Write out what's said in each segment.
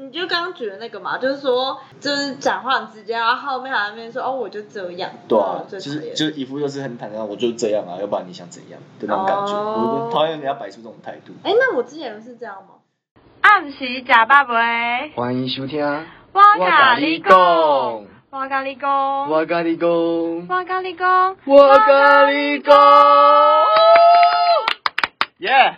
你就刚刚举的那个嘛，就是说，就是讲话很直接，然后后面还在那边说，哦，我就这样，对啊，哦最就讨是厌。就是一副就是很坦然，我就这样啊，要不然你想怎样的那种感觉。哦我讨厌人家摆出这种态度。哎、那我之前是这样吗？暗时假爸爸，欢迎收听，我甲你讲，我甲你讲，我跟你讲，我甲你讲，我跟你讲，耶！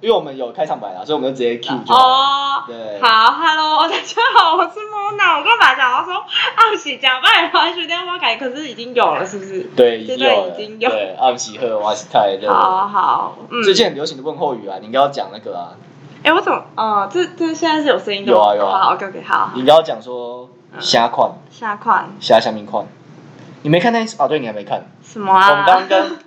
因为我们有开场白啦，所以我们就直接 Q 就好了。哦，对好，Hello，大家好，我是 Mona。我刚才想要说，啊，喜讲拜拜，学电话改，可是已经有了，是不是？对，已现经在有已了。经有。对，阿姆喜赫瓦斯泰对。好好，嗯，最近很流行的问候语啊，你应该要讲那个啊，哎、我怎么，哦、这这现在是有声音的有啊吗有啊好，OK OK，好你，应该要讲说嗯虾款、下款虾下面款。你没看那一次啊？对，你还没看。什么啊？我们刚刚跟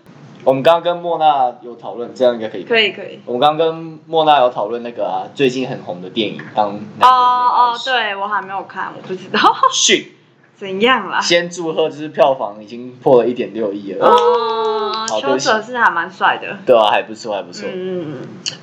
我们刚刚跟莫娜有讨论，这样应该可以吧。 可以可以。我们刚刚跟莫娜有讨论那个啊，最近很红的电影《当哦哦，对，对我还没有看，我不知道 训怎样啦。 先祝贺，就是票房已经破了一点六亿了，哦，好对修不起者是还蛮帅的。对啊，还不错，还不错。嗯，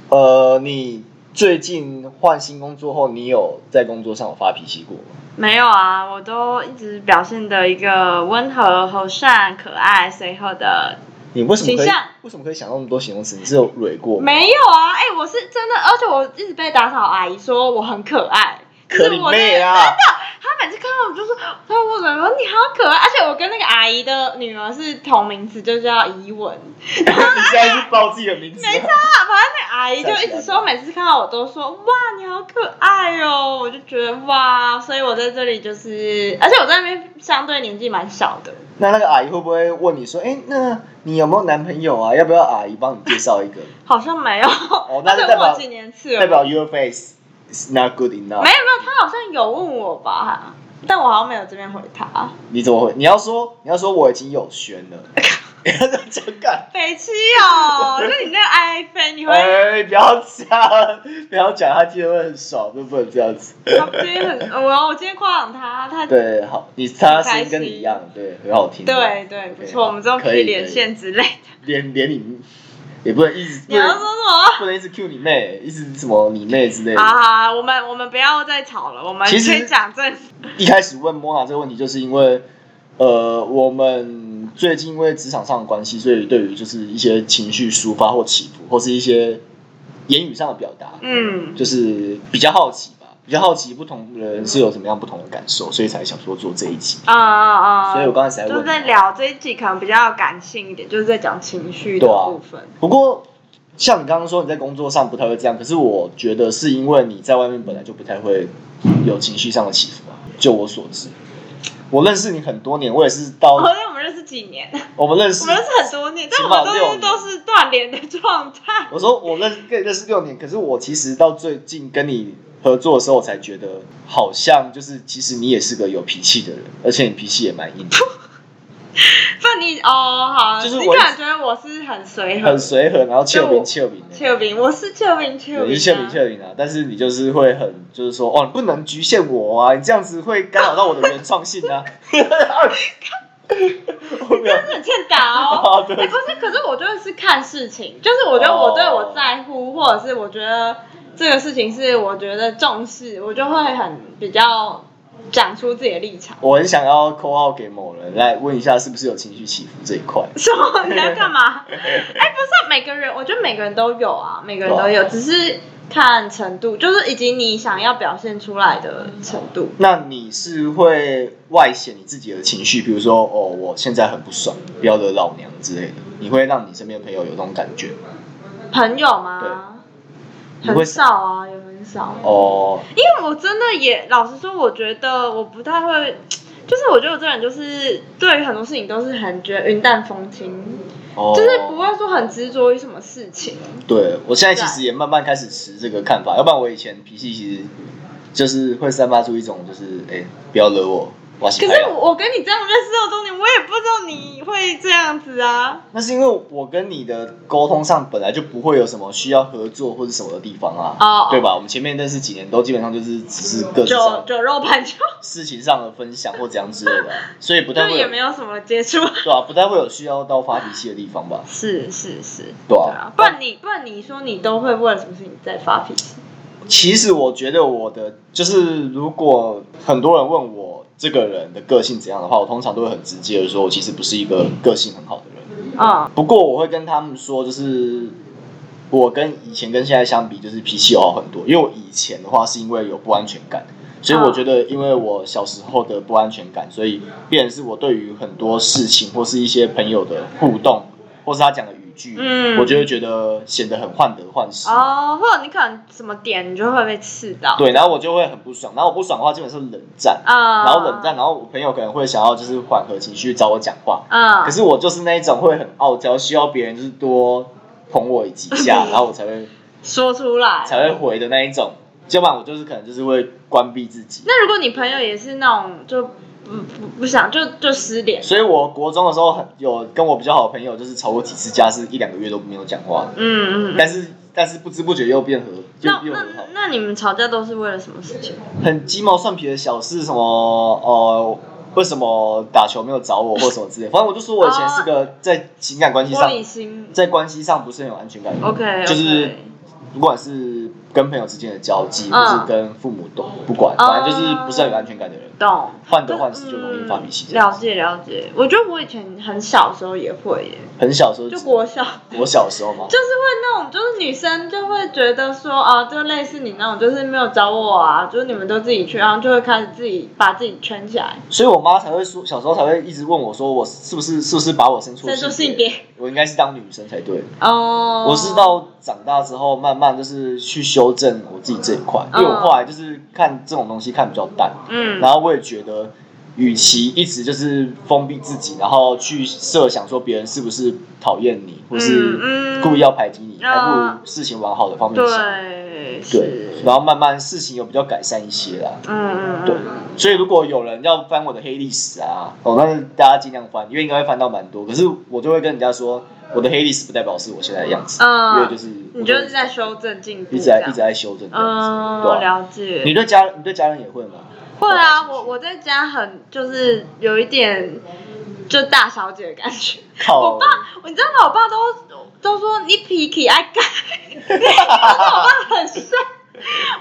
呃，你最近换新工作后，你有在工作上有发脾气过吗？没有啊，我都一直表现的一个温和、和善、可爱、随和的。你为什么可以形象为什么可以想到那么多形容词？你是有蕊过吗？没有啊，哎、我是真的，而且我一直被打扫阿姨说我很可爱。可你妹啊！她每次看到我就说，她问我怎么你好可爱，而且我跟那个阿姨的女儿是同名字，就叫怡文。你现在是报自己的名字啊，没差，反正那阿姨就一直说，每次看到我都说哇，你好可爱哦，我就觉得哇，所以我在这里就是，而且我在那边相对年纪蛮小的，那那个阿姨会不会问你说，哎、那你有没有男朋友啊？要不要阿姨帮你介绍一 个？好像没有，哦那她就 只代问表我几年次代了，表哦 your face is not good 哦没 enough。有没有，她好像有问我吧，但我好像没有这边回她，你怎么会？你要说你要说我已经有宣 了， 你要这样干。北七 哦，就你那个 i 飞，你会哎，不要讲，不要讲，他听得会很爽，就不能这样 子。她今天很，我我今天夸奖她，她对，好，你他声音跟你一样，对，很好听。对对不错，我们之后可以连线之类的，连连你也不能一直不你要说能什么？不能一直 Q 你妹，一直什么你妹之类的。好好好，我们我们不要再吵了，我们其实先讲正事。一开始问莫娜这个问题，就是因为呃，我们最近因为职场上的关系，所以对于就是一些情绪抒发或起伏，或是一些言语上的表达，嗯，就是比较好奇吧，比较好奇不同人是有什么样不同的感受，所以才想说做这一集。啊啊啊！所以我刚才才就是问在你聊这一集，可能比较感性一点，就是在讲情绪的对啊部分。不过。像你刚刚说你在工作上不太会这样，可是我觉得是因为你在外面本来就不太会有情绪上的起伏啊。就我所知，我认识你很多年，我也是到好哦像我们认识几 年，我我们认识们认识很多年，但啊起我码们都六是年都是断联的状态。 我说我认识跟你认识六年，可是我其实到最近跟你合作的时候，我才觉得好像就是其实你也是个有脾气的人，而且你脾气也蛮硬的，那你哦，好，就是你我一感觉我是很随和很，随和，然后俏就我皮俏皮的。俏皮，我是俏皮俏你皮，是俏皮俏皮啊，但是你就是会很，就是说，哦，你不能局限我啊，你这样子会干扰到我的原创性啊。 我没有真的很欠打 哦。啊，哎、对不是，可是我觉得是看事情，就是我觉得我对我在乎，或者是我觉得这个事情是我觉得重视，我就会很比较讲出自己的立场。我很想要 call out 给某人来问一下，是不是有情绪起伏这一块？什么？你在干嘛？哎、不是每个人，我觉得每个人都有啊，每个人都有，只是看程度，就是以及你想要表现出来的程度。那你是会外显你自己的情绪，比如说哦，我现在很不爽，不要惹老娘之类的，你会让你身边的朋友有这种感觉吗？朋友吗？嗯对你很会少啊，也很少。哦，因为我真的也老实说，我觉得我不太会，就是我觉得我这个人就是对于很多事情都是很觉得云淡风轻，哦哎就是不会说很执着于什么事情。对我现在其实也慢慢开始持这个看法，要不然我以前脾气其实就是会散发出一种就是哎、不要惹我，我是可拍是了我我跟你这样认识到多年，我也不知道你会这样子啊。那是因为我跟你的沟通上本来就不会有什么需要合作或者什么的地方啊哦对吧？我们前面认识几年都基本上就是只是各自酒上酒肉盘就事情上的分享或怎样之类的啊，所以不就太会也有没有什么接触。对吧、不太会有需要到发脾气的地方吧？ 是是是，对啊啊，不然你不然你说你都会为了什么事情在发脾气？其实我觉得我的就是，如果很多人问我这个人的个性怎样的话，我通常都会很直接的说，我其实不是一个个性很好的人。嗯，不过我会跟他们说，就是我跟以前跟现在相比，就是脾气有好很多。因为我以前的话是因为有不安全感，所以我觉得因为我小时候的不安全感，所以变成是我对于很多事情或是一些朋友的互动，或是他讲的语句，嗯我就会觉得显得很患得患失。哦，或者你可能什么点你就会被刺到。对，然后我就会很不爽，然后我不爽的话基本上是冷战，啊，然后冷战，然后我朋友可能会想要就是缓和情绪找我讲话，嗯，可是我就是那一种会很傲娇，需要别人就是多捧我几 下，然后我才会说出来。才会回的那一种，要不然我就是可能就是会关闭自己。那如果你朋友也是那种就不不不想就就失联，所以我国中的时候很有跟我比较好的朋友，就是吵过几次架，是一两个月都没有讲话的，嗯嗯嗯。但是但是不知不觉又变和那又又那和好。那你们吵架都是为了什么事情？很鸡毛蒜皮的小事，什么呃，为什么打球没有找我，或什么之类。反正我就说我以前是个在情感关系哦玻上，璃心。哦在关系上不是很有安全感的人 OK，就是不管是跟朋友之间的交际，嗯或是跟父母都不管，哦反正就是不是很有安全感的人，懂。患得患失就容易发脾嗯气。了解了解，我觉得我以前很小的时候也会耶，很小的时候，就国小，就我小的时候嘛，是会那种，就是女生就会觉得说，啊，就类似你那种，就是没有找我啊，就是你们都自己去，然后就会开始自己把自己圈起来，所以我妈才会说，小时候才会一直问我说，我是不是是不是把我生错这就性性别。我应该是当女生才对。哦，我是到长大之后，慢慢就是去修正我自己这一块，因嗯为我后来就是看这种东西看比较淡，嗯，然后我也觉得，与其一直就是封闭自己，然后去设想说别人是不是讨厌你，或嗯是嗯故意要排挤你，啊还不如事情往好的方面想。对对是，然后慢慢事情有比较改善一些啦。嗯嗯对嗯，所以如果有人要翻我的黑历史啊，哦，那大家尽量翻，因为应该会翻到蛮多。可是我就会跟人家说，我的黑历史不代表是我现在的样子，嗯因为就是你就是在修正进步，一直在这样一直在修正这样子，嗯，对啊了解。你对家你对家人也会吗？会啊，我我在家很就是有一点就大小姐的感觉。靠我爸，你知道吗？我爸都都说你脾气爱改，可是我爸很帅。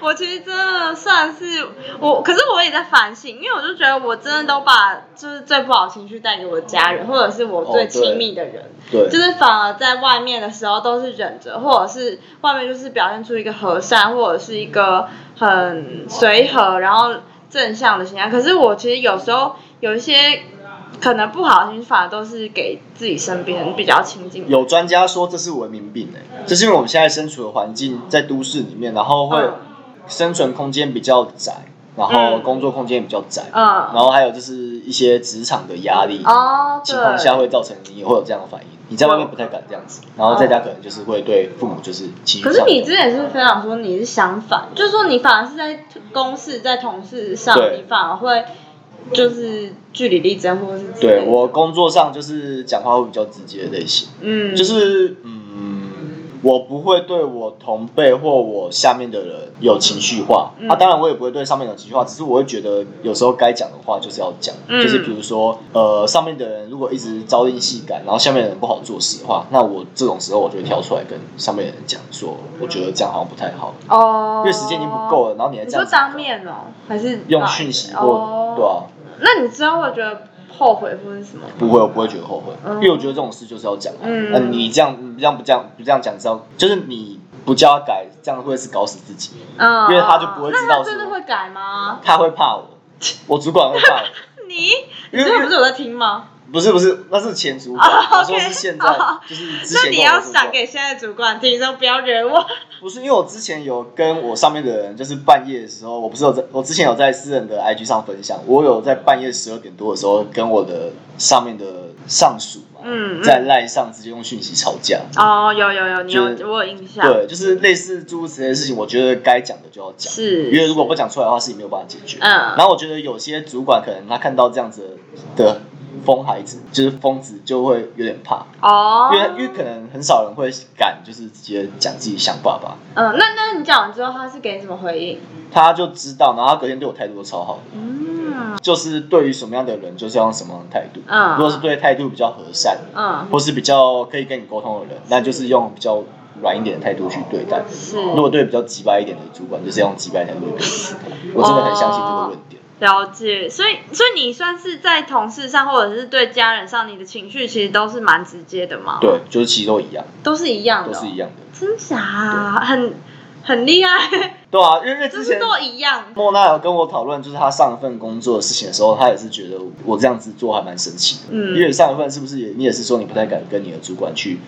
我其实真的算是我，可是我也在反省，因为我就觉得我真的都把就是最不好的情绪带给我的家人，或者是我最哦对亲密的人。 对，就是反而在外面的时候都是忍着，或者是外面就是表现出一个和善，或者是一个很随和，然后正向的形象。可是我其实有时候有一些可能不好的情绪，反而都是给自己身边比较亲近的。有专家说这是文明病哎、欸，就是因为我们现在身处的环境在都市里面，然后会嗯生存空间比较窄，然后嗯工作空间也比较窄，然嗯，后还有就是一些职场的压力哦，情况下对。会造成你也会有这样的反应。你在外面不太敢这样子，然后在家可能就是会对父母就是情绪可上是面。你之前是不是分享说你是相反，就是说你反而是在公事、在同事上，对你反而会就是据理力争，或者是之类对的我工作上就是讲话会比较直接的类型。嗯，就是嗯，我不会对我同辈或我下面的人有情绪化、嗯啊，当然我也不会对上面有情绪化，只是我会觉得有时候该讲的话就是要讲，嗯就是比如说呃，上面的人如果一直朝令夕改，然后下面的人不好做事的话，那我这种时候我就会跳出来跟上面的人讲说，我觉得这样好像不太好，哦，因为时间已经不够了，然后你还你这样说子当面哦，还是用讯息或、哦、对啊，那你之后会觉得后悔或是什么？不会，我不会觉得后悔，嗯因为我觉得这种事就是要讲、啊。嗯嗯、你这样你这样不这样不这样讲，知道就是你不叫他改，这样会是搞死自己。嗯，因为他就不会知那道他真的会改吗？他会怕我，我主管会怕我，你，因 你为最近不是有在听吗？不是不是，那是前主管。哦我说 OK，是现在好，就是之那前。你要闪给现在主管听，说不要惹我。不是因为我之前有跟我上面的人，就是半夜的时候，我不是有在，我之前有在私人的 IG 上分享，我有在半夜十二点多的时候跟我的上面的上属嘛，嗯嗯在赖上直接用讯息吵架。哦，有有有，你有就是我有印象，对，就是类似诸如此类的事情，我觉得该讲的就要讲，因是，为如果不讲出来的话，事情没有办法解决。嗯然，后我觉得有些主管可能他看到这样子的疯孩子，就是疯子，就会有点怕，哦，因为因为可能很少人会敢就是直接讲自己想爸爸，嗯，那那你讲完之后，他是给你什么回应？他就知道，然后他隔天对我态度都超好的，嗯就是对于什么样的人就是要用什么样的态度。嗯如果是对态度比较和善，嗯，或是比较可以跟你沟通的人，那就是用比较软一点的态度去对待。是如果对比较急白一点的主管，就是用急白态度对待。我真的很相信这个论点。了解。所以所以你算是在同事上，或者是对家人上，你的情绪其实都是蛮直接的嘛？，对，就是其实都一样，都是一样的都哦、是一样的。真假啊？很很厉害，对啊，因为因为就之是前都一样。莫娜有跟我讨论，就是她上一份工作的事情的时候，她也是觉得我这样子做还蛮神奇的。嗯因为上一份是不是也你也是说你不太敢跟你的主管去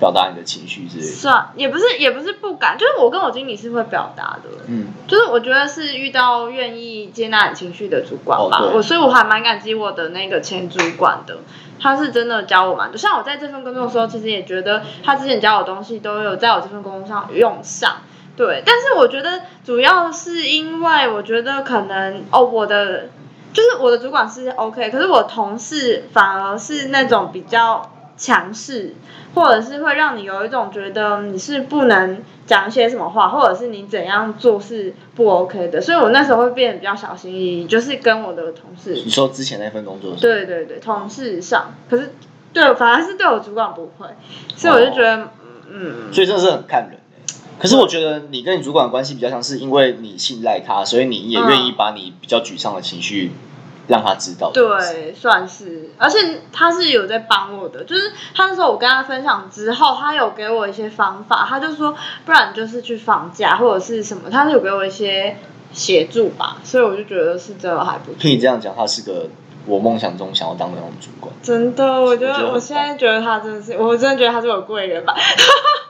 表达你的情绪之类的？算也不是也不是不敢，就是我跟我经理是会表达的，嗯，就是我觉得是遇到愿意接纳你情绪的主管吧。哦对我所以我还蛮感激我的那个前主管的，他是真的教我蛮多。像我在这份工作的时候，其实也觉得他之前教我的东西都有在我这份工作上用上。对，但是我觉得主要是因为我觉得可能哦，我的就是我的主管是 OK，可是我同事反而是那种比较强势，或者是会让你有一种觉得你是不能讲一些什么话，或者是你怎样做是不 OK 的，所以我那时候会变得比较小心翼翼，就是跟我的同事 你说之前那份工作的时候，对对对，同事上，可是对，反而是对我主管不会，所以我就觉得，嗯，所以真的是很看人欸、可是我觉得你跟你主管的关系比较像是因为你信赖他，所以你也愿意把你比较沮丧的情绪让他知道。对，算是，而且他是有在帮我的，就是他那时候我跟他分享之后，他有给我一些方法，他就说，不然你就是去放假或者是什么，他是有给我一些协助吧，所以我就觉得是真的还不错。听你这样讲，他是个我梦想中想要当的那种主管，真的，我觉我觉得得很我现在觉得他真的是，我真的觉得他是我贵人吧，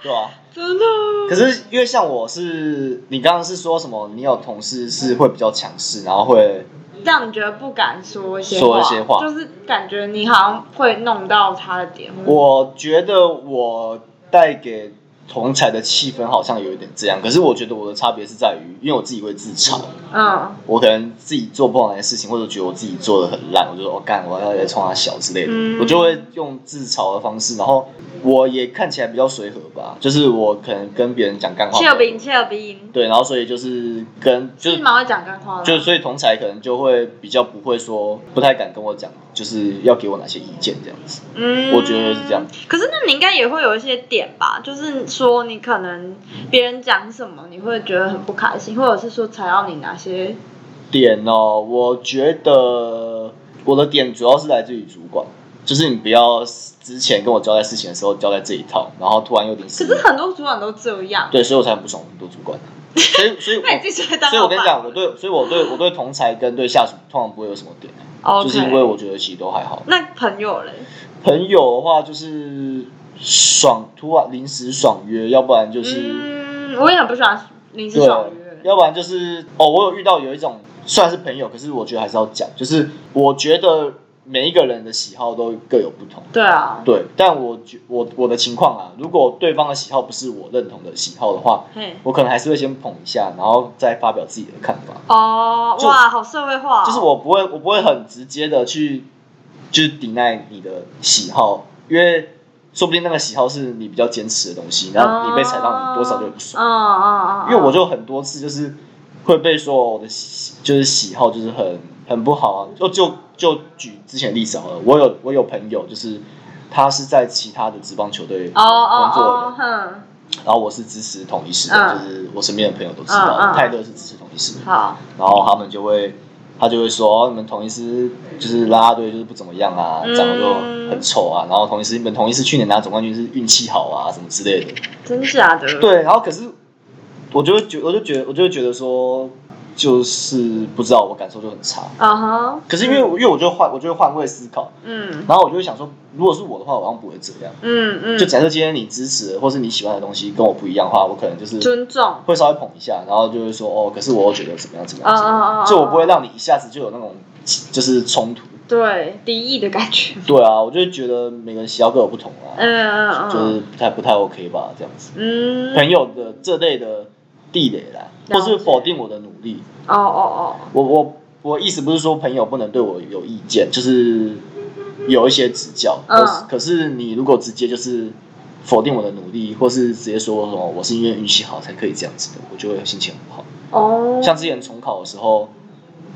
对啊。真的。可是因为像我是，你刚刚是说什么？你有同事是会比较强势，然后会让你觉得不敢说一些说一些话就是感觉你好像会弄到他的点。我觉得我带给同才的气氛好像有一点这样，可是我觉得我的差别是在于，因为我自己会自嘲，嗯我可能自己做不好的事情，或者觉得我自己做的很烂，我就说我哦干、我要来冲他小之类的，嗯我就会用自嘲的方式，然后我也看起来比较随和吧，就是我可能跟别人讲干话，切尔宾，切尔宾，对，然后所以就是跟就是是蛮会讲干话的。就所以同才可能就会比较不会说，不太敢跟我讲，就是要给我哪些意见这样子。嗯我觉得是这样。可是那你应该也会有一些点吧，就是说你可能别人讲什么，你会觉得很不开心，或者是说踩到你哪些？点哦，我觉得我的点主要是来自于主管，就是你不要之前跟我交代事情的时候交代这一套，然后突然又临时可，是很多主管都这样。对，所以我才很不爽很多主 管，啊所以所以那你自我己觉得当所以我跟你老板讲，我对，所以我对我对同才跟对下属通常不会有什么点，啊哦 OK 就是因为我觉得其实都还好。那朋友嘞，朋友的话就是爽，突然临时爽约，要不然就是。嗯，我也很不喜欢临时对啊爽约。要不然就是哦，我有遇到有一种虽然是朋友，可是我觉得还是要讲，就是我觉得每一个人的喜好都各有不同。对啊，对，但我觉我我的情况啊，如果对方的喜好不是我认同的喜好的话，嘿，我可能还是会先捧一下，然后再发表自己的看法。哦，就哇，好社会化哦。就是我不会，我不会很直接的去就是抵赖你的喜好，因为说不定那个喜好是你比较坚持的东西，然后你被踩到，你多少就会不爽。嗯嗯嗯，因为我就很多次就是会被说我的喜就是喜好就是很很不好啊，就就就举之前的例子好了，我有我有朋友就是他是在其他的职棒球队工哦哦作的人哦，哼，然后我是支持统一师的，嗯就是我身边的朋友都知嗯道嗯，泰勒是支持统一师的，好，然后他们就会。他就会说，哦你们统一师就是啦啦队就是不怎么样啊，嗯长得就很丑啊，然后统一师你们统一师去年拿总冠军是运气好啊，什么之类的。真假的？，对，然后可是我就会觉，我就觉得，我就会觉得说，就是不知道，我感受就很差。啊哈，可是因为我因为我就换，我就会换位思考，嗯然后我就会想说，如果是我的话，我好像不会这样。嗯嗯，就假设今天你支持的或是你喜欢的东西跟我不一样的话，我可能就是尊重，会稍微捧一下，然后就会说哦，可是我又觉得怎么样怎么啊样怎么啊样，啊，所以我不会让你一下子就有那种就是冲突。对敌意的感 觉，对啊，我就会觉得每个人喜好各有不同啊，嗯嗯就嗯是不太不太 OK 吧，这样子。嗯，朋友的这类的地雷啦，了或解是否定我的努力，哦哦哦，我我我意思不是说朋友不能对我有意见，就是有一些指教。嗯可是可是你如果直接就是否定我的努力，或是直接说什么我是因为运气好才可以这样子的，我就会心情很不好。哦，像之前重考的时候，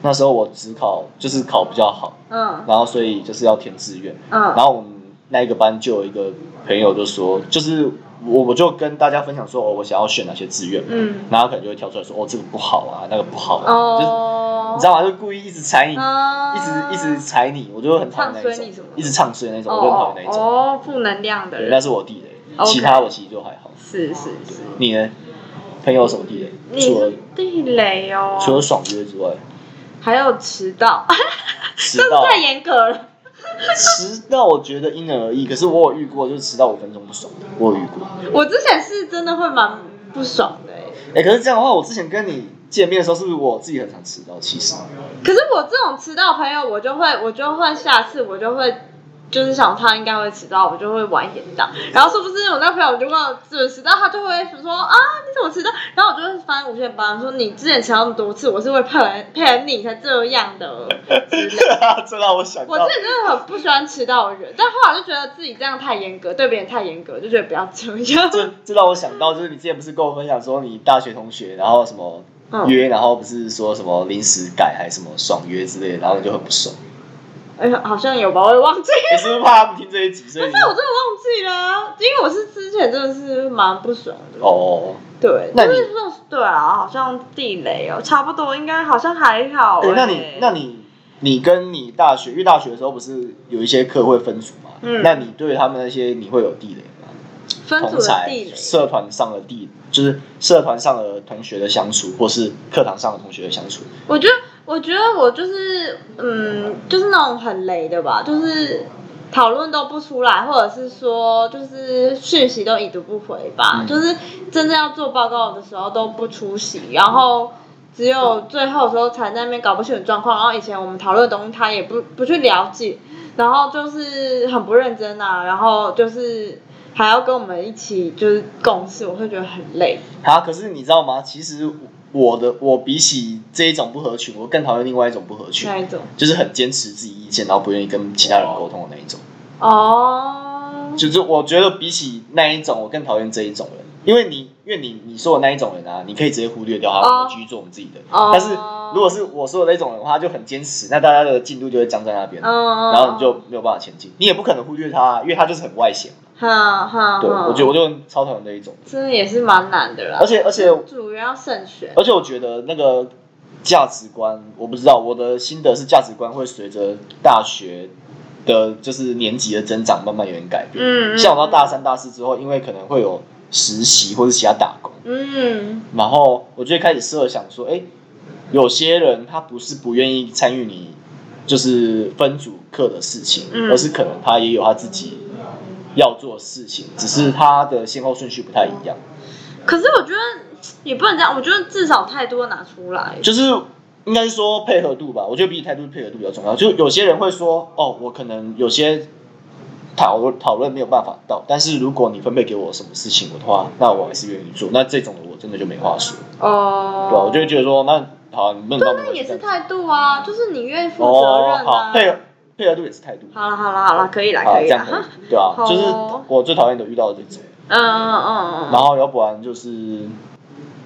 那时候我只考就是考比较好，嗯然后所以就是要填志愿，嗯然后我们那一个班就有一个朋友就说，就是我我就跟大家分享说，哦，我想要选哪些志愿，嗯，然后可能就会挑出来说，哦，这个不好啊，那个不好啊，就是哦，你知道吗？就故意一直踩你，啊，一直一直踩你，我就很讨厌那唱衰一你什种么，的一直唱衰那种，我就很讨哦厌那一种。哦，负能量的对，那人，是我地雷， OK 其他我其实就还好。是是是，你呢？朋友有什么地雷？你除了是地雷哦，除了爽约之外，还有迟到，迟这是到太严格了。迟到我觉得因人而异，可是我有遇过，就是迟到五分钟不爽的，我有遇过。我之前是真的会蛮不爽的、欸，哎、可是这样的话，我之前跟你见面的时候，是不是我自己很常迟到？其实，可是我这种迟到的朋友，我就会，我就会下次我就会。就是想他应该会迟到，我就会晚一点到。然后是不是我那朋友如果准时到，他就会说啊你怎么迟到？然后我就会翻无限班说你之前迟到那么多次，我是会配合配合你才这样的之类的。 这让我想我到自，己真的很不喜欢迟到的人，但后来就觉得自己这样太严格，对别人太严格，就觉得不要这样。这这让我想到，就是你之前不是跟我分享说你大学同学，然后什么嗯约，然后不是说什么临时改还是什么爽约之类的，然后你就很不爽。哎呀，好像有吧，我也忘记了。 哎你是不是怕他们听这一集？所以不你是，我真的忘记了啊，因为我是之前真的是蛮不爽的。哦，对，那就你是说对啊，好像地雷哦，差不多应该好像还好、哎、欸那你那你你跟你大学，因为大学的时候不是有一些课会分组嘛？嗯那你对他们那些你会有地雷吗？分组同的才地雷，社团上的地，就是社团上的同学的相处，或是课堂上的同学的相处。我觉得我觉得我就是嗯，就是那种很雷的吧，就是。讨论都不出来，或者是说，就是讯息都已读不回吧，嗯就是真正要做报告的时候都不出席，然后只有最后的时候才在那边搞不清楚状况，然后以前我们讨论的东西他也不不去了解，然后就是很不认真啊，然后就是还要跟我们一起就是共事，我会觉得很累。啊，可是你知道吗？其实我的我比起这一种不合群，我更讨厌另外一种不合群，那一种就是很坚持自己意见，然后不愿意跟其他人沟通的那一种。哦，就是我觉得比起那一种，我更讨厌这一种人，因为你因为你你说的那一种人啊，你可以直接忽略掉他，哦我们继续做我们自己的。哦但是如果是我说的那种人的话，他就很坚持，那大家的进度就会僵在那边。嗯，然后你就没有办法前进，你也不可能忽略他，啊因为他就是很外显嘛。哈哈，对，哈我觉得我就超讨厌这一种，真的也是蛮难的啦，而且而且组员要慎选，而且我觉得那个价值观，我不知道我的心得是价值观会随着大学的，就是年级的增长慢慢有点改变。嗯，嗯像我到大，三、大四之后，因为可能会有实习或者其他打工，嗯然后我就会开始设想说，哎，有些人他不是不愿意参与你就是分组课的事情，嗯而是可能他也有他自己要做的事情，只是他的先后顺序不太一样。可是我觉得也不能这样，我觉得至少态度要拿出来，就是应该是说配合度吧，我觉得比态度配合度比较重要。就是有些人会说，哦，我可能有些讨论讨论没有办法到，但是如果你分配给我什么事情的话，那我还是愿意做。那这种的我真的就没话说，哦，对啊吧、我就会觉得说，那好，你不能对啊，到我们那也这是样子态度啊，就是你愿意负责哦，任啊好，。配合配合度也是态度。好了好了好了，可以了啊，可以这了样可以哈，，对啊， 好就是哦我最讨厌的遇到的这种，嗯嗯嗯然后要不然就是，因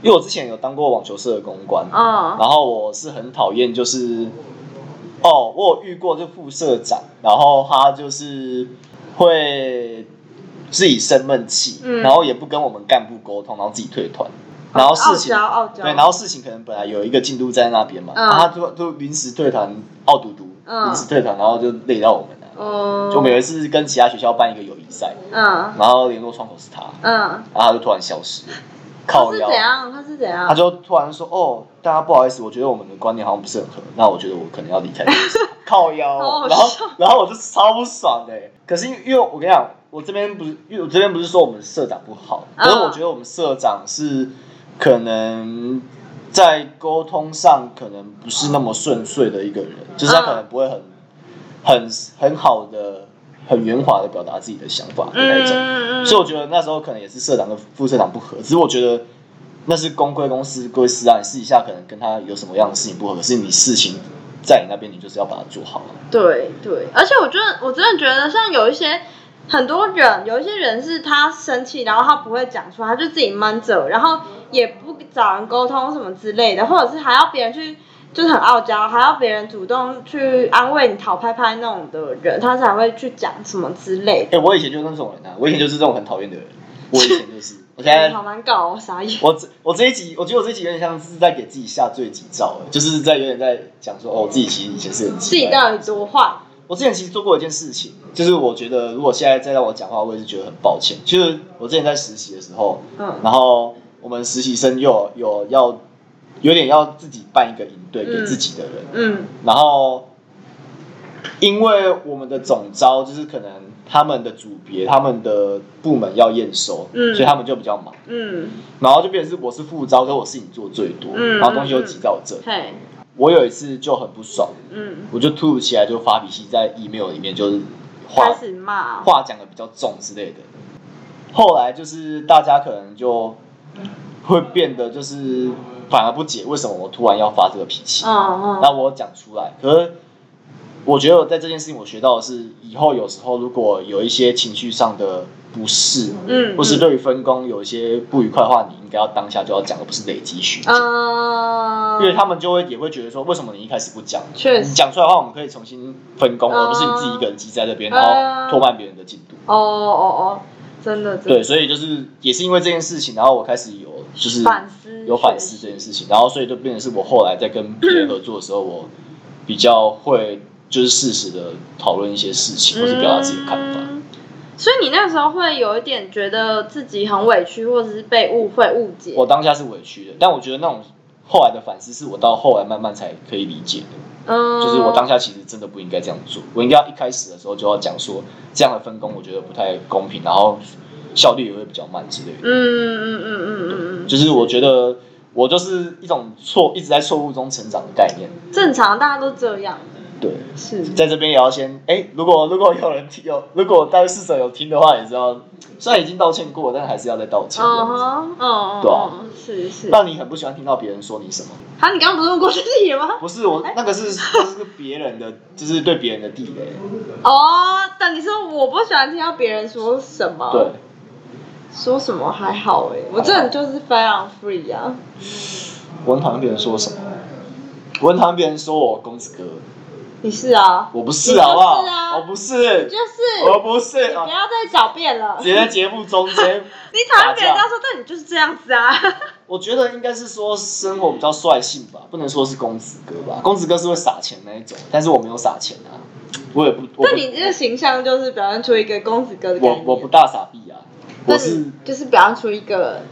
为我之前有当过网球社的公关，嗯然后我是很讨厌，就是哦，我有遇过这副社长，然后他就是会自己生闷气，嗯哦然后也不跟我们干部沟通，然后自己退团，然后事情、傲娇傲娇对，然后事情可能本来有一个进度在那边嘛，嗯然后他就就临时退团，傲嘟嘟，嗯临时退团，然后就累到我们了。哦，就我们有一次跟其他学校办一个友谊赛，嗯然后联络窗口是他，嗯，然后他就突然消失了，他靠是腰怎。样？他是怎样？他就突然说：“哦，大家不好意思，我觉得我们的观念好像不是很合，那我觉得我可能要离 开这个职业。”靠腰好好哦，然后笑然后我就超不爽的欸。可是因为因为我跟你讲，我这边不是，因为我这边不是说我们社长不好，嗯可是我觉得我们社长是可能在沟通上可能不是那么顺遂的一个人，就是他可嗯能不会很很很好的、很圆滑的表达自己的想法的那一种。嗯嗯所以我觉得那时候可能也是社长跟副社长不合，只是我觉得那是公归公，私归私啊。你私底下可能跟他有什么样的事情不合，可是你事情在你那边，你就是要把它做好啊。对对，而且我觉得我真的觉得，像有一些很多人，有一些人是他生气，然后他不会讲出来，他就自己闷着，然后也不找人沟通什么之类的，或者是还要别人去。就是很傲娇，还要别人主动去安慰你、讨拍拍那种的人，他才会去讲什么之类的。哎、我以前就是那种人啊，我以前就是这种很讨厌的人，我以前 就是，我现在好难搞哦，傻眼。我这我这一集，我觉得我这一集有点像是在给自己下罪己诏，欸就是在有点在讲说，哦，我自己其实以前是很自己到底多坏？我之前其实做过一件事情，就是我觉得如果现在再让我讲话，我也是觉得很抱歉。就是我之前在实习的时候，嗯然后我们实习生又有有要有点要自己办一个营队给自己的人，嗯然后因为我们的总招就是可能他们的组别、他们的部门要验收，嗯所以他们就比较忙，嗯，然后就变成是我是副招，可我事情做最多，嗯然后东西又挤在我这里。嘿，我有一次就很不爽，嗯，我就突如其来就发脾气，在 email 里面就是开话始骂。话讲的比较重之类的。后来就是大家可能就会变得就是反而不解为什么我突然要发这个脾气，嗯那嗯，我讲出来。可是我觉得我在这件事情我学到的是，以后有时候如果有一些情绪上的不适，嗯或是对于分工有一些不愉快的话，你应该要当下就要讲，而不是累积许久。嗯，因为他们就会也会觉得说，为什么你一开始不讲？确你实讲出来的话，我们可以重新分工，嗯而不是你自己一个人积在那边，然后拖慢别人的进度。哦哦哦，真的真对，的所以就是也是因为这件事情，然后我开始有就是反思有反思这件事情，然后所以就变成是我后来在跟别人合作的时候，我比较会就是适时的讨论一些事情，或是表达自己的看法。嗯所以你那时候会有一点觉得自己很委屈，或者是被误会误解。我当下是委屈的，但我觉得那种后来的反思是我到后来慢慢才可以理解的，嗯，就是我当下其实真的不应该这样做，我应该要一开始的时候就要讲说这样的分工我觉得不太公平，然后效率也会比较慢之类的。嗯嗯嗯嗯嗯嗯就是我觉得我就是一种错一直在错误中成长的概念。嗯，正常大家都这样，对，是在这边也要先哎、如果如果有人听有，如果大家试者有听的话，也知道，虽然已经道歉过，但还是要再道歉。嗯哼，嗯嗯，对啊嗯是是。让你很不喜欢听到别人说你什么？好，你刚刚不是问过自己吗？不是我那个是那是别人的，就是对别人的地雷。哦，但你说我不喜欢听到别人说什么，对，，说什么还好哎、我这人就是非常 free 啊，我很讨厌别人说什么，我很讨厌别人说我公子哥，你是啊，我不是好不好？你就是啊我不是，就是我不是你不啊！要再狡辩了，直接在节目中间你讨厌别人打架这样说，但你就是这样子啊。我觉得应该是说生活比较率性吧，不能说是公子哥吧。公子哥是会撒钱那一种，但是我没有撒钱啊，我也不。我 不但你这个形象就是表现出一个公子哥的概我念。我不大傻逼啊，那我你是就是表现出一个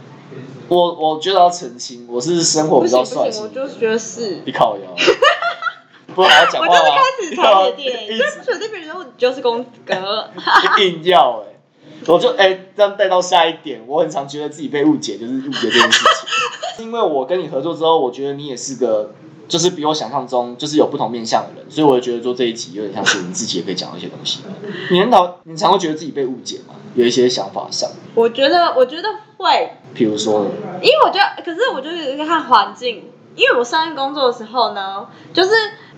我我觉得要澄清，我是生活不比行较不行，率性我一就点。觉得是。你 靠腰，不好好讲我话啊就吗？是开始踩 你的一点，就是直否定别人说你就是公子哥。 硬要哎、我就哎、这样带到下一点，我很常觉得自己被误解，就是误解这件事情。 因为我跟你合作之后，我觉得你也是个，就是比我想象中就是有不同面向的人，所以我觉得做这一集有点像是你自己也可以讲到一些东西。你很讨，你常会觉得自己被误解嘛？有一些想法上，我觉得我觉得会，比如说呢，因为我觉得，可是我觉得有一个看环境，因为我上一个工作的时候呢，就是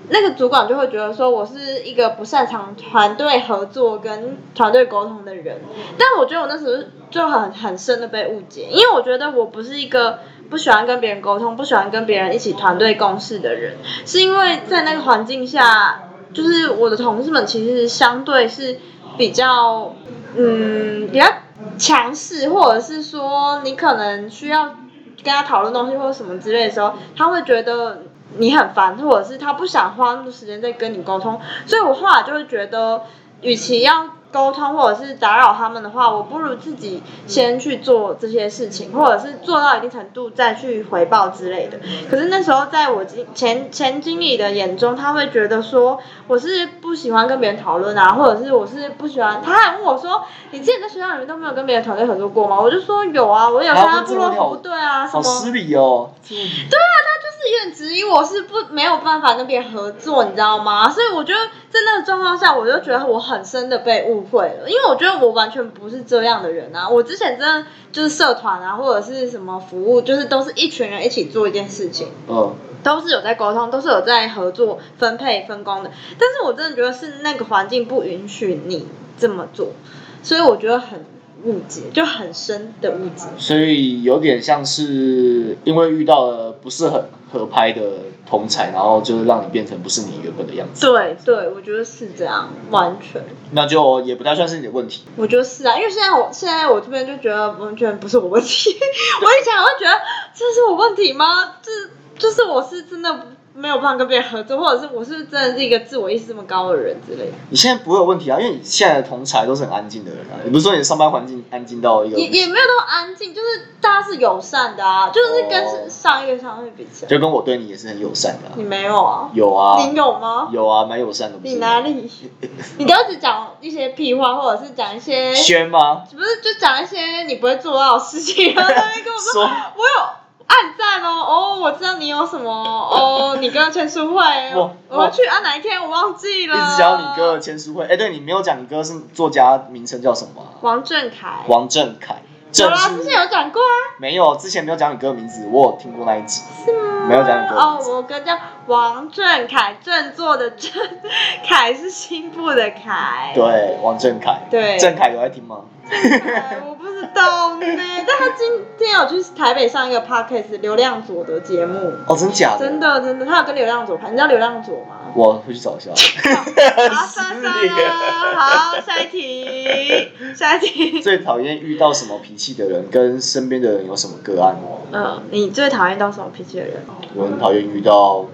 那个主管就会觉得说我是一个不擅长团队合作跟团队沟通的人，但我觉得我那时候就很很深的被误解，因为我觉得我不是一个不喜欢跟别人沟通、不喜欢跟别人一起团队共事的人，是因为在那个环境下，就是我的同事们其实相对是比较，嗯，比较强势，或者是说你可能需要跟他讨论东西或者什么之类的时候，他会觉得你很烦，或者是他不想花那么多时间在跟你沟通，所以我后来就会觉得，与其要沟通或者是打扰他们的话，我不如自己先去做这些事情，或者是做到一定程度再去回报之类的。可是那时候在我经前前经理的眼中，他会觉得说我是不喜欢跟别人讨论啊，或者是我是不喜欢。他还问我说：“你之前在学校里面都没有跟别的团队合作过吗？”我就说有啊，我有参加部落服务队啊，什好么。失礼哦。对啊，他就是有点质疑我是不没有办法跟别人合作，你知道吗？所以我觉得在那个状况下，我就觉得我很深的被误会了，因为我觉得我完全不是这样的人啊。我之前真的就是社团啊，或者是什么服务，就是都是一群人一起做一件事情。嗯，都是有在沟通，都是有在合作、分配、分工的。但是我真的觉得是那个环境不允许你这么做，所以我觉得很误解，就很深的误解。所以有点像是因为遇到了不是很合拍的同才，然后就是让你变成不是你原本的样子，对对，我觉得是这样，完全，那就也不太算是你的问题。我觉得是啊，因为现在我现在我这边就觉得完全不是我问题， 我以前还会觉得这是我问题吗？这就是我是真的没有办法跟别人合作，或者是我是真的是一个自我意识这么高的人之类的。你现在不会有问题啊，因为你现在的同才都是很安静的人啊，也不是说你的上班环境安静到一个，也也没有那么安静，就是大家是友善的啊，就是哦跟上一个相对比起来，就跟我对你也是很友善的啊、你没有啊？有啊，你有吗？有啊，蛮友善的。不是你哪 里？你都只讲一些屁话，或者是讲一些，轩吗？不是就讲一些你不会做到的事 情，然后在那边跟我 说说我有暗赞哦，哦，我知道你有什么哦，你哥签书会 我，我要去啊，哪一天我忘记一了。直讲你哥的签书会，哎、对你没有讲你哥是作家名称叫什么啊、王振凯，王振凯，有正啦，之是前有讲过啊。没有，之前没有讲你哥的名字，我有听过那一集，没有讲你哥的哦名，字。我哥叫王振凯，振作的振，凯是新部的凯。对，王振凯，对振凯有在听吗？哎我不知道 呢，但他今天有去台北上一个 podcast 流量佐的节目，哦，真假的？真。的真的，他有跟流量佐拍，你知道流量佐吗？我回去找一下。好，算算了，好，下一题，下一题。 最讨厌遇到什么脾气的人，跟身边的人有什么个案吗？嗯，你最讨厌到什么脾气的人？我很讨厌遇到。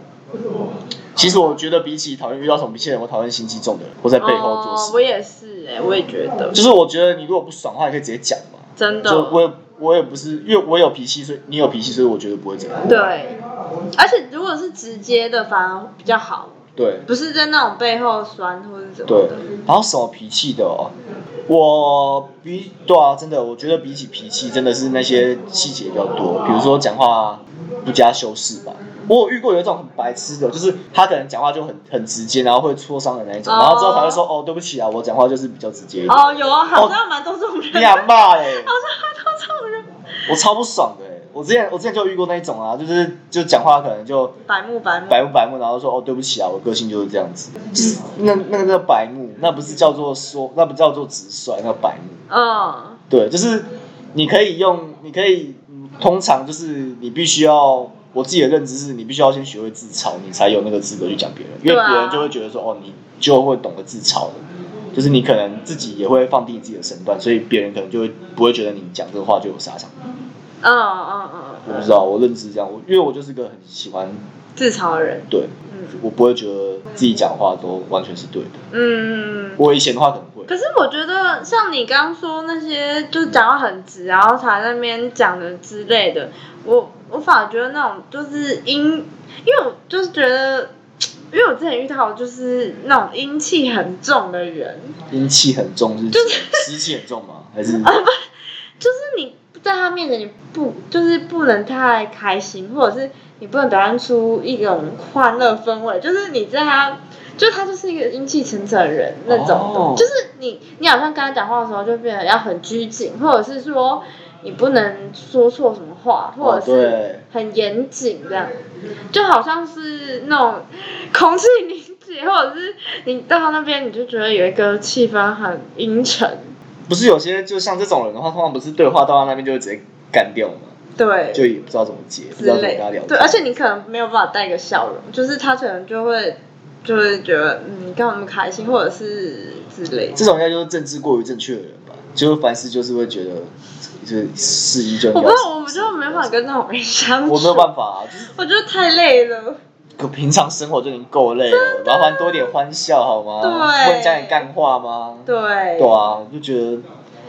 其实我觉得比起讨厌遇到什么脾气的人，我讨厌心机重的人，或在背后做哦事。，我也是哎、我也觉得，就是我觉得你如果不爽的话，你可以直接讲嘛。真的。就我也我也不是，因为我有脾气，所以你有脾气，所以我觉得不会这样。对，而且如果是直接的，反而比较好，对不是在那种背后酸或者怎么对的。，然后什么脾气的哦？我比对啊，真的，我觉得比起脾气，真的是那些细节比较多，比如说讲话不加修饰吧。我有遇过有一种很白痴的，就是他可能讲话就很很直接，然后会戳伤人那一种，哦然后之后才会说哦对不起啊，我讲话就是比较直接一点。哦，有啊，好像蛮多这种人，你阿好骂 哎，像蛮多这种人，我超不爽的、欸。我之前我之前就遇过那一种啊，就是就讲话可能就白目白目。白目白目，然后说哦对不起啊，我个性就是这样子，就是嗯那那个叫白目，那不是叫做说，那不叫做直率，那叫白目。嗯，对，就是你可以用，你可以嗯通常就是你必须要，我自己的认知是你必须要先学会自嘲，你才有那个资格去讲别人，因对为啊别人就会觉得说哦，你就会懂得自嘲了。就是你可能自己也会放低自己的身段，所以别人可能就会不会觉得你讲这个话就有杀伤力。嗯嗯嗯我不嗯，知道，我认知是这样，我因为我就是个很喜欢自嘲的人，对，嗯我不会觉得自己讲话都完全是对的。嗯。我以前的话可能会，可是我觉得，像你刚刚说那些，就讲话很直，然后才在那边讲的之类的，我我反而觉得那种就是阴，因为我就是觉得，因为我之前遇到就是那种阴气很重的人，阴气很重是湿气很重吗？ 还是啊就是你在他面前你不就是不能太开心，或者是你不能表现出一种欢乐氛围，就是你在他。就他就是一个阴气沉沉的人那种的哦就是你你好像跟他讲话的时候就变得要很拘谨，或者是说你不能说错什么话，或哦者是对。很严谨这样，就好像是那种空气凝结，或者是你到他那边你就觉得有一个气氛很阴沉，不是有些就像这种人的话，通常不是对话到他那边就会直接干掉嘛，对，就也不知道怎么接，不之知道怎么类跟他聊天。对，而且你可能没有办法带一个笑容，就是他可能就会就会觉得嗯，你干嘛那么开心，或者是之类的。这种应该就是政治过于正确的人吧，就是凡事就是会觉得就是事宜就应我该不知道，我们就没办法跟那种人相处，我没有办法、啊，就是我觉得太累了。可可平常生活就已经够累了，麻烦多点欢笑好吗？对问家人干话吗？对对啊，就觉得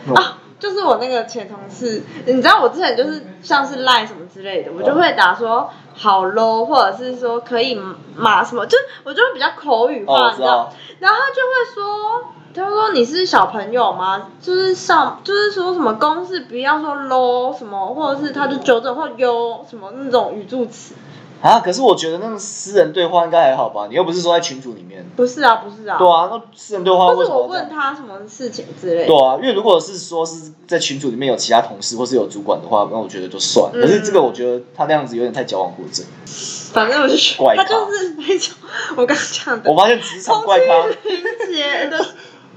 那种啊，就是我那个前同事，你知道我之前就是像是赖什么之类的，我就会打说好 low，或者是说可以骂什么，就我就会比较口语哦，化，我你知知道道。，然后他就会说，他说你是小朋友吗？就是上就是说什么公式不要说 low 什么，或者是他就纠正或优什么那种语助词。啊，可是我觉得那种私人对话应该还好吧？你又不是说在群组里面。不是啊，不是啊。对啊，那私人对话或为是什么我要问这样他什么事情之类的对。啊，因为如果是说是在群组里面有其他同事或是有主管的话，那我觉得就算。嗯可是这个我觉得他那样子有点太矫枉过正。反正我就觉怪得咖他就是那种我刚刚讲的我发现职场怪咖，嗯情节的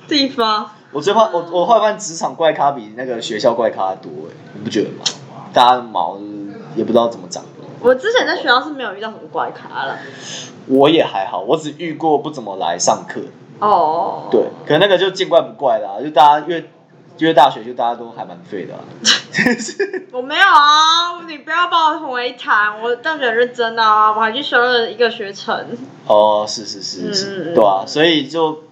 地方。我最怕我我后来发现职场怪咖比那个学校怪咖多哎、你不觉得吗？大家的毛就是也不知道怎么长的。我之前在学校是没有遇到什么怪咖了。我也还好，我只遇过不怎么来上课，哦，对，可能那个就见怪不怪啦、就大家越越大学就大家都还蛮废的、啊，我没有啊，你不要把我捧为谈，我大学很认真啊，我还去修了一个学程。哦，是是是嗯嗯是，嗯对啊，所以就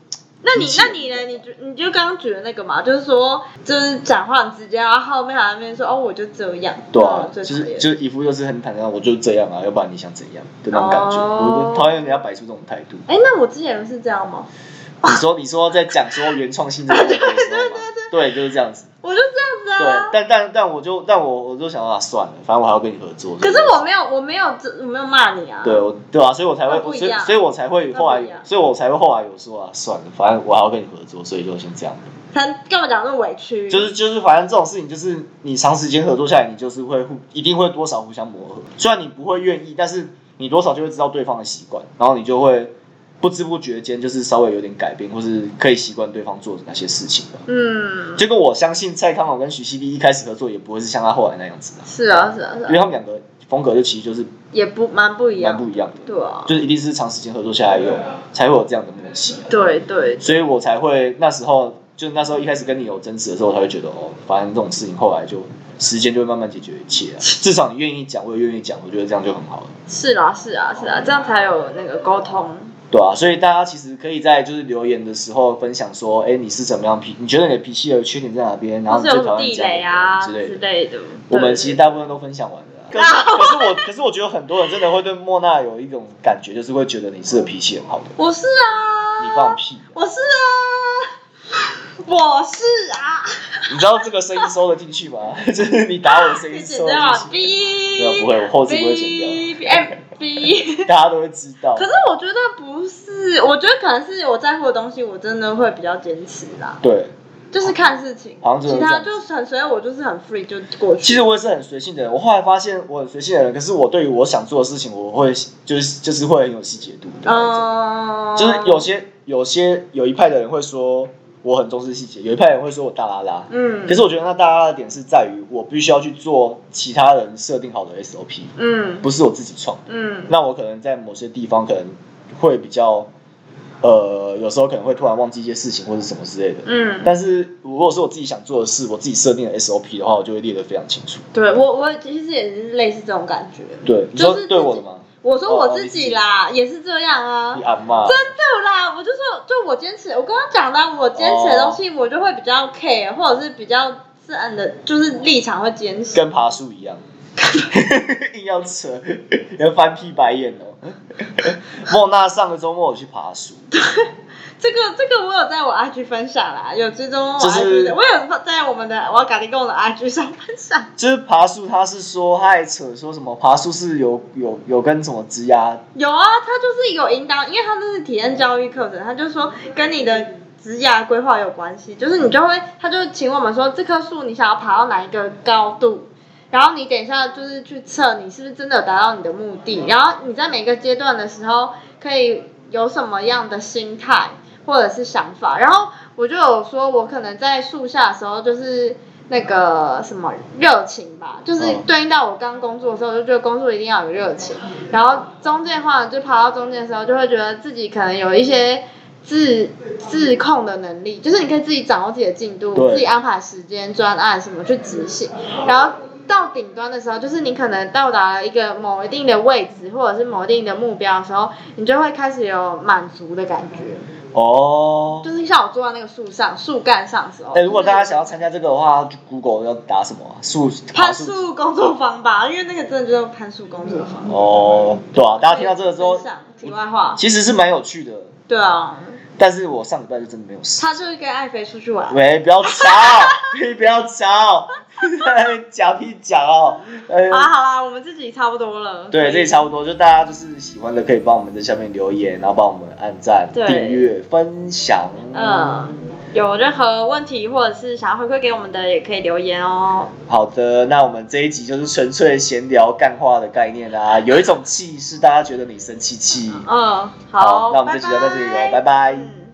那你理解那你呢？你就你就刚刚举的那个嘛，就是说就是讲话很直接，然后后面还在那边说哦我就这样，对啊哦，就最讨是厌就是一副就是很坦然，我就这样啊，要不然你想怎样的那种感觉，哦我就讨厌人家摆出这种态度。哎，那我之前是这样吗？你说你说在讲说原创性这个问题的时候吗对，就是这样子。我就这样子对啊，。但但但我就但我我就想啊，算了，反正我还要跟你合作。可是我没有，我没有，我没有骂你啊。对，我对啊，所以我才那会，不一所以样所以我才会后来那不一，样所以我才会后来有说啊，算了，反正我还要跟你合作，所以就先这样。他干嘛讲那么委屈？就是就是，反正这种事情就是你长时间合作下来，你就是会互一定会多少互相磨合。虽然你不会愿意，但是你多少就会知道对方的习惯，然后你就会不知不觉间就是稍微有点改变，或是可以习惯对方做哪些事情吧。嗯，结果我相信蔡康永跟徐熙娣一开始合作也不会是像他后来那样子的，是啊，是啊，是因为啊，他们两个风格就其实就是也不蛮不一蛮样，不一样的，对啊，就是一定是长时间合作下来有才会有这样的默契。对对，所以我才会那时候就那时候一开始跟你有争执的时候，我才会觉得哦，反正这种事情后来就时间就会慢慢解决一 切啊。至少你愿意讲，我也愿意讲，我觉得这样就很好了，是啦，是啊，是啊，这样才有那个沟通。对啊。所以大家其实可以在就是留言的时候分享说，哎，你是怎么样脾？你觉得你的脾气的缺点在哪边？然后或你是有最什讨么厌地这样的雷啊人之类之的。类的，我们对其实大部分都分享完了 啊、可是，可是我，可是我觉得很多人真的会对莫娜有一种感觉，就是会觉得你是个脾气很好的，我是你啊，放屁啊、我是啊，我是啊，你知道这个声音收得进去吗？ 就是你打我的声 可音以收剪得掉啊进去。没，B，有不会我后置不会剪掉，M B。大家都会知道。哎可是我觉得不是，我觉得可能是我在乎的东西，我真的会比较坚持啦，对，就是看事情好像，真的其是这他样子就是很随便，我就是很 free 就过去。其实我也是很随性的人。我后来发现我很随性的人，可是我对于我想做的事情，我会就是就是会很有细节度的那种。嗯，就是有些有些有一派的人会说我很重视细节，有一派人会说我大拉拉。嗯，可是我觉得那大拉拉的点是在于我必须要去做其他人设定好的 SOP，嗯不是我自己创的。嗯那我可能在某些地方可能会比较，呃，有时候可能会突然忘记一些事情或者什么之类的。嗯，但是如果是我自己想做的事，我自己设定的 SOP 的话，我就会列得非常清楚。对我我其实也是类似这种感觉。对，你就说是自己对我的吗？我说哦我哦自你自己己啦，也是这样啊你。阿妈，对啦，我就说，就我坚持，我刚刚讲的，啊我坚持的哦东西，我就会比较 care，或者是比较自然的，就是立场会坚持。跟爬树一样， 硬要扯，要翻屁白眼哦。莫娜上个周末我去爬树，这个这个我有在我 IG 分享啦，有追踪我就是 IG 的，我有在我们的我要咖喱跟我的 IG 上分享。就是爬树，他是说他还扯说什么爬树是有有有跟什么枝丫有啊，他就是有引导，因为他那是体验教育课程，他就说跟你的职涯规划有关系，就是你就会，他就请我们说这棵树你想要爬到哪一个高度，然后你等一下就是去测你是不是真的达到你的目的，然后你在每个阶段的时候可以有什么样的心态或者是想法，然后我就有说我可能在树下的时候就是。那个什么热情吧，就是嗯对应到我刚工作的时候，我就觉得工作一定要有热情，然后中间的话，就爬到中间的时候，就会觉得自己可能有一些自自控的能力，就是你可以自己掌握自己的进度，对自己安排时间、专案什么去执行。然后到顶端的时候，就是你可能到达了一个某一定的位置，或者是某一定的目标的时候，你就会开始有满足的感觉。哦就。是像我坐在那个树上、树干上的时候，哎、如果大家想要参加这个的话就，Google 要打什么啊？树爬攀树工作坊吧，因为那个真的就是攀树工作坊。哦，对啊，大家听到这个之后分，享题外话，其实是蛮有趣的，对啊，但是我上礼拜就真的没有事。他就是跟艾菲出去玩，喂，不要吵， 你不要吵， 讲屁讲哦，哎好啦好啦，我们自己差不多了。对，这里差不多，就大家就是喜欢的可以帮我们在下面留言，然后帮我们按赞、对订阅、分享。嗯，有任何问题或者是想要回馈给我们的，也可以留言哦。好的，那我们这一集就是纯粹闲聊干话的概念啊啦、有一种气是大家觉得你生气气。嗯，好，那我们拜这集就到这里了，拜拜拜嗯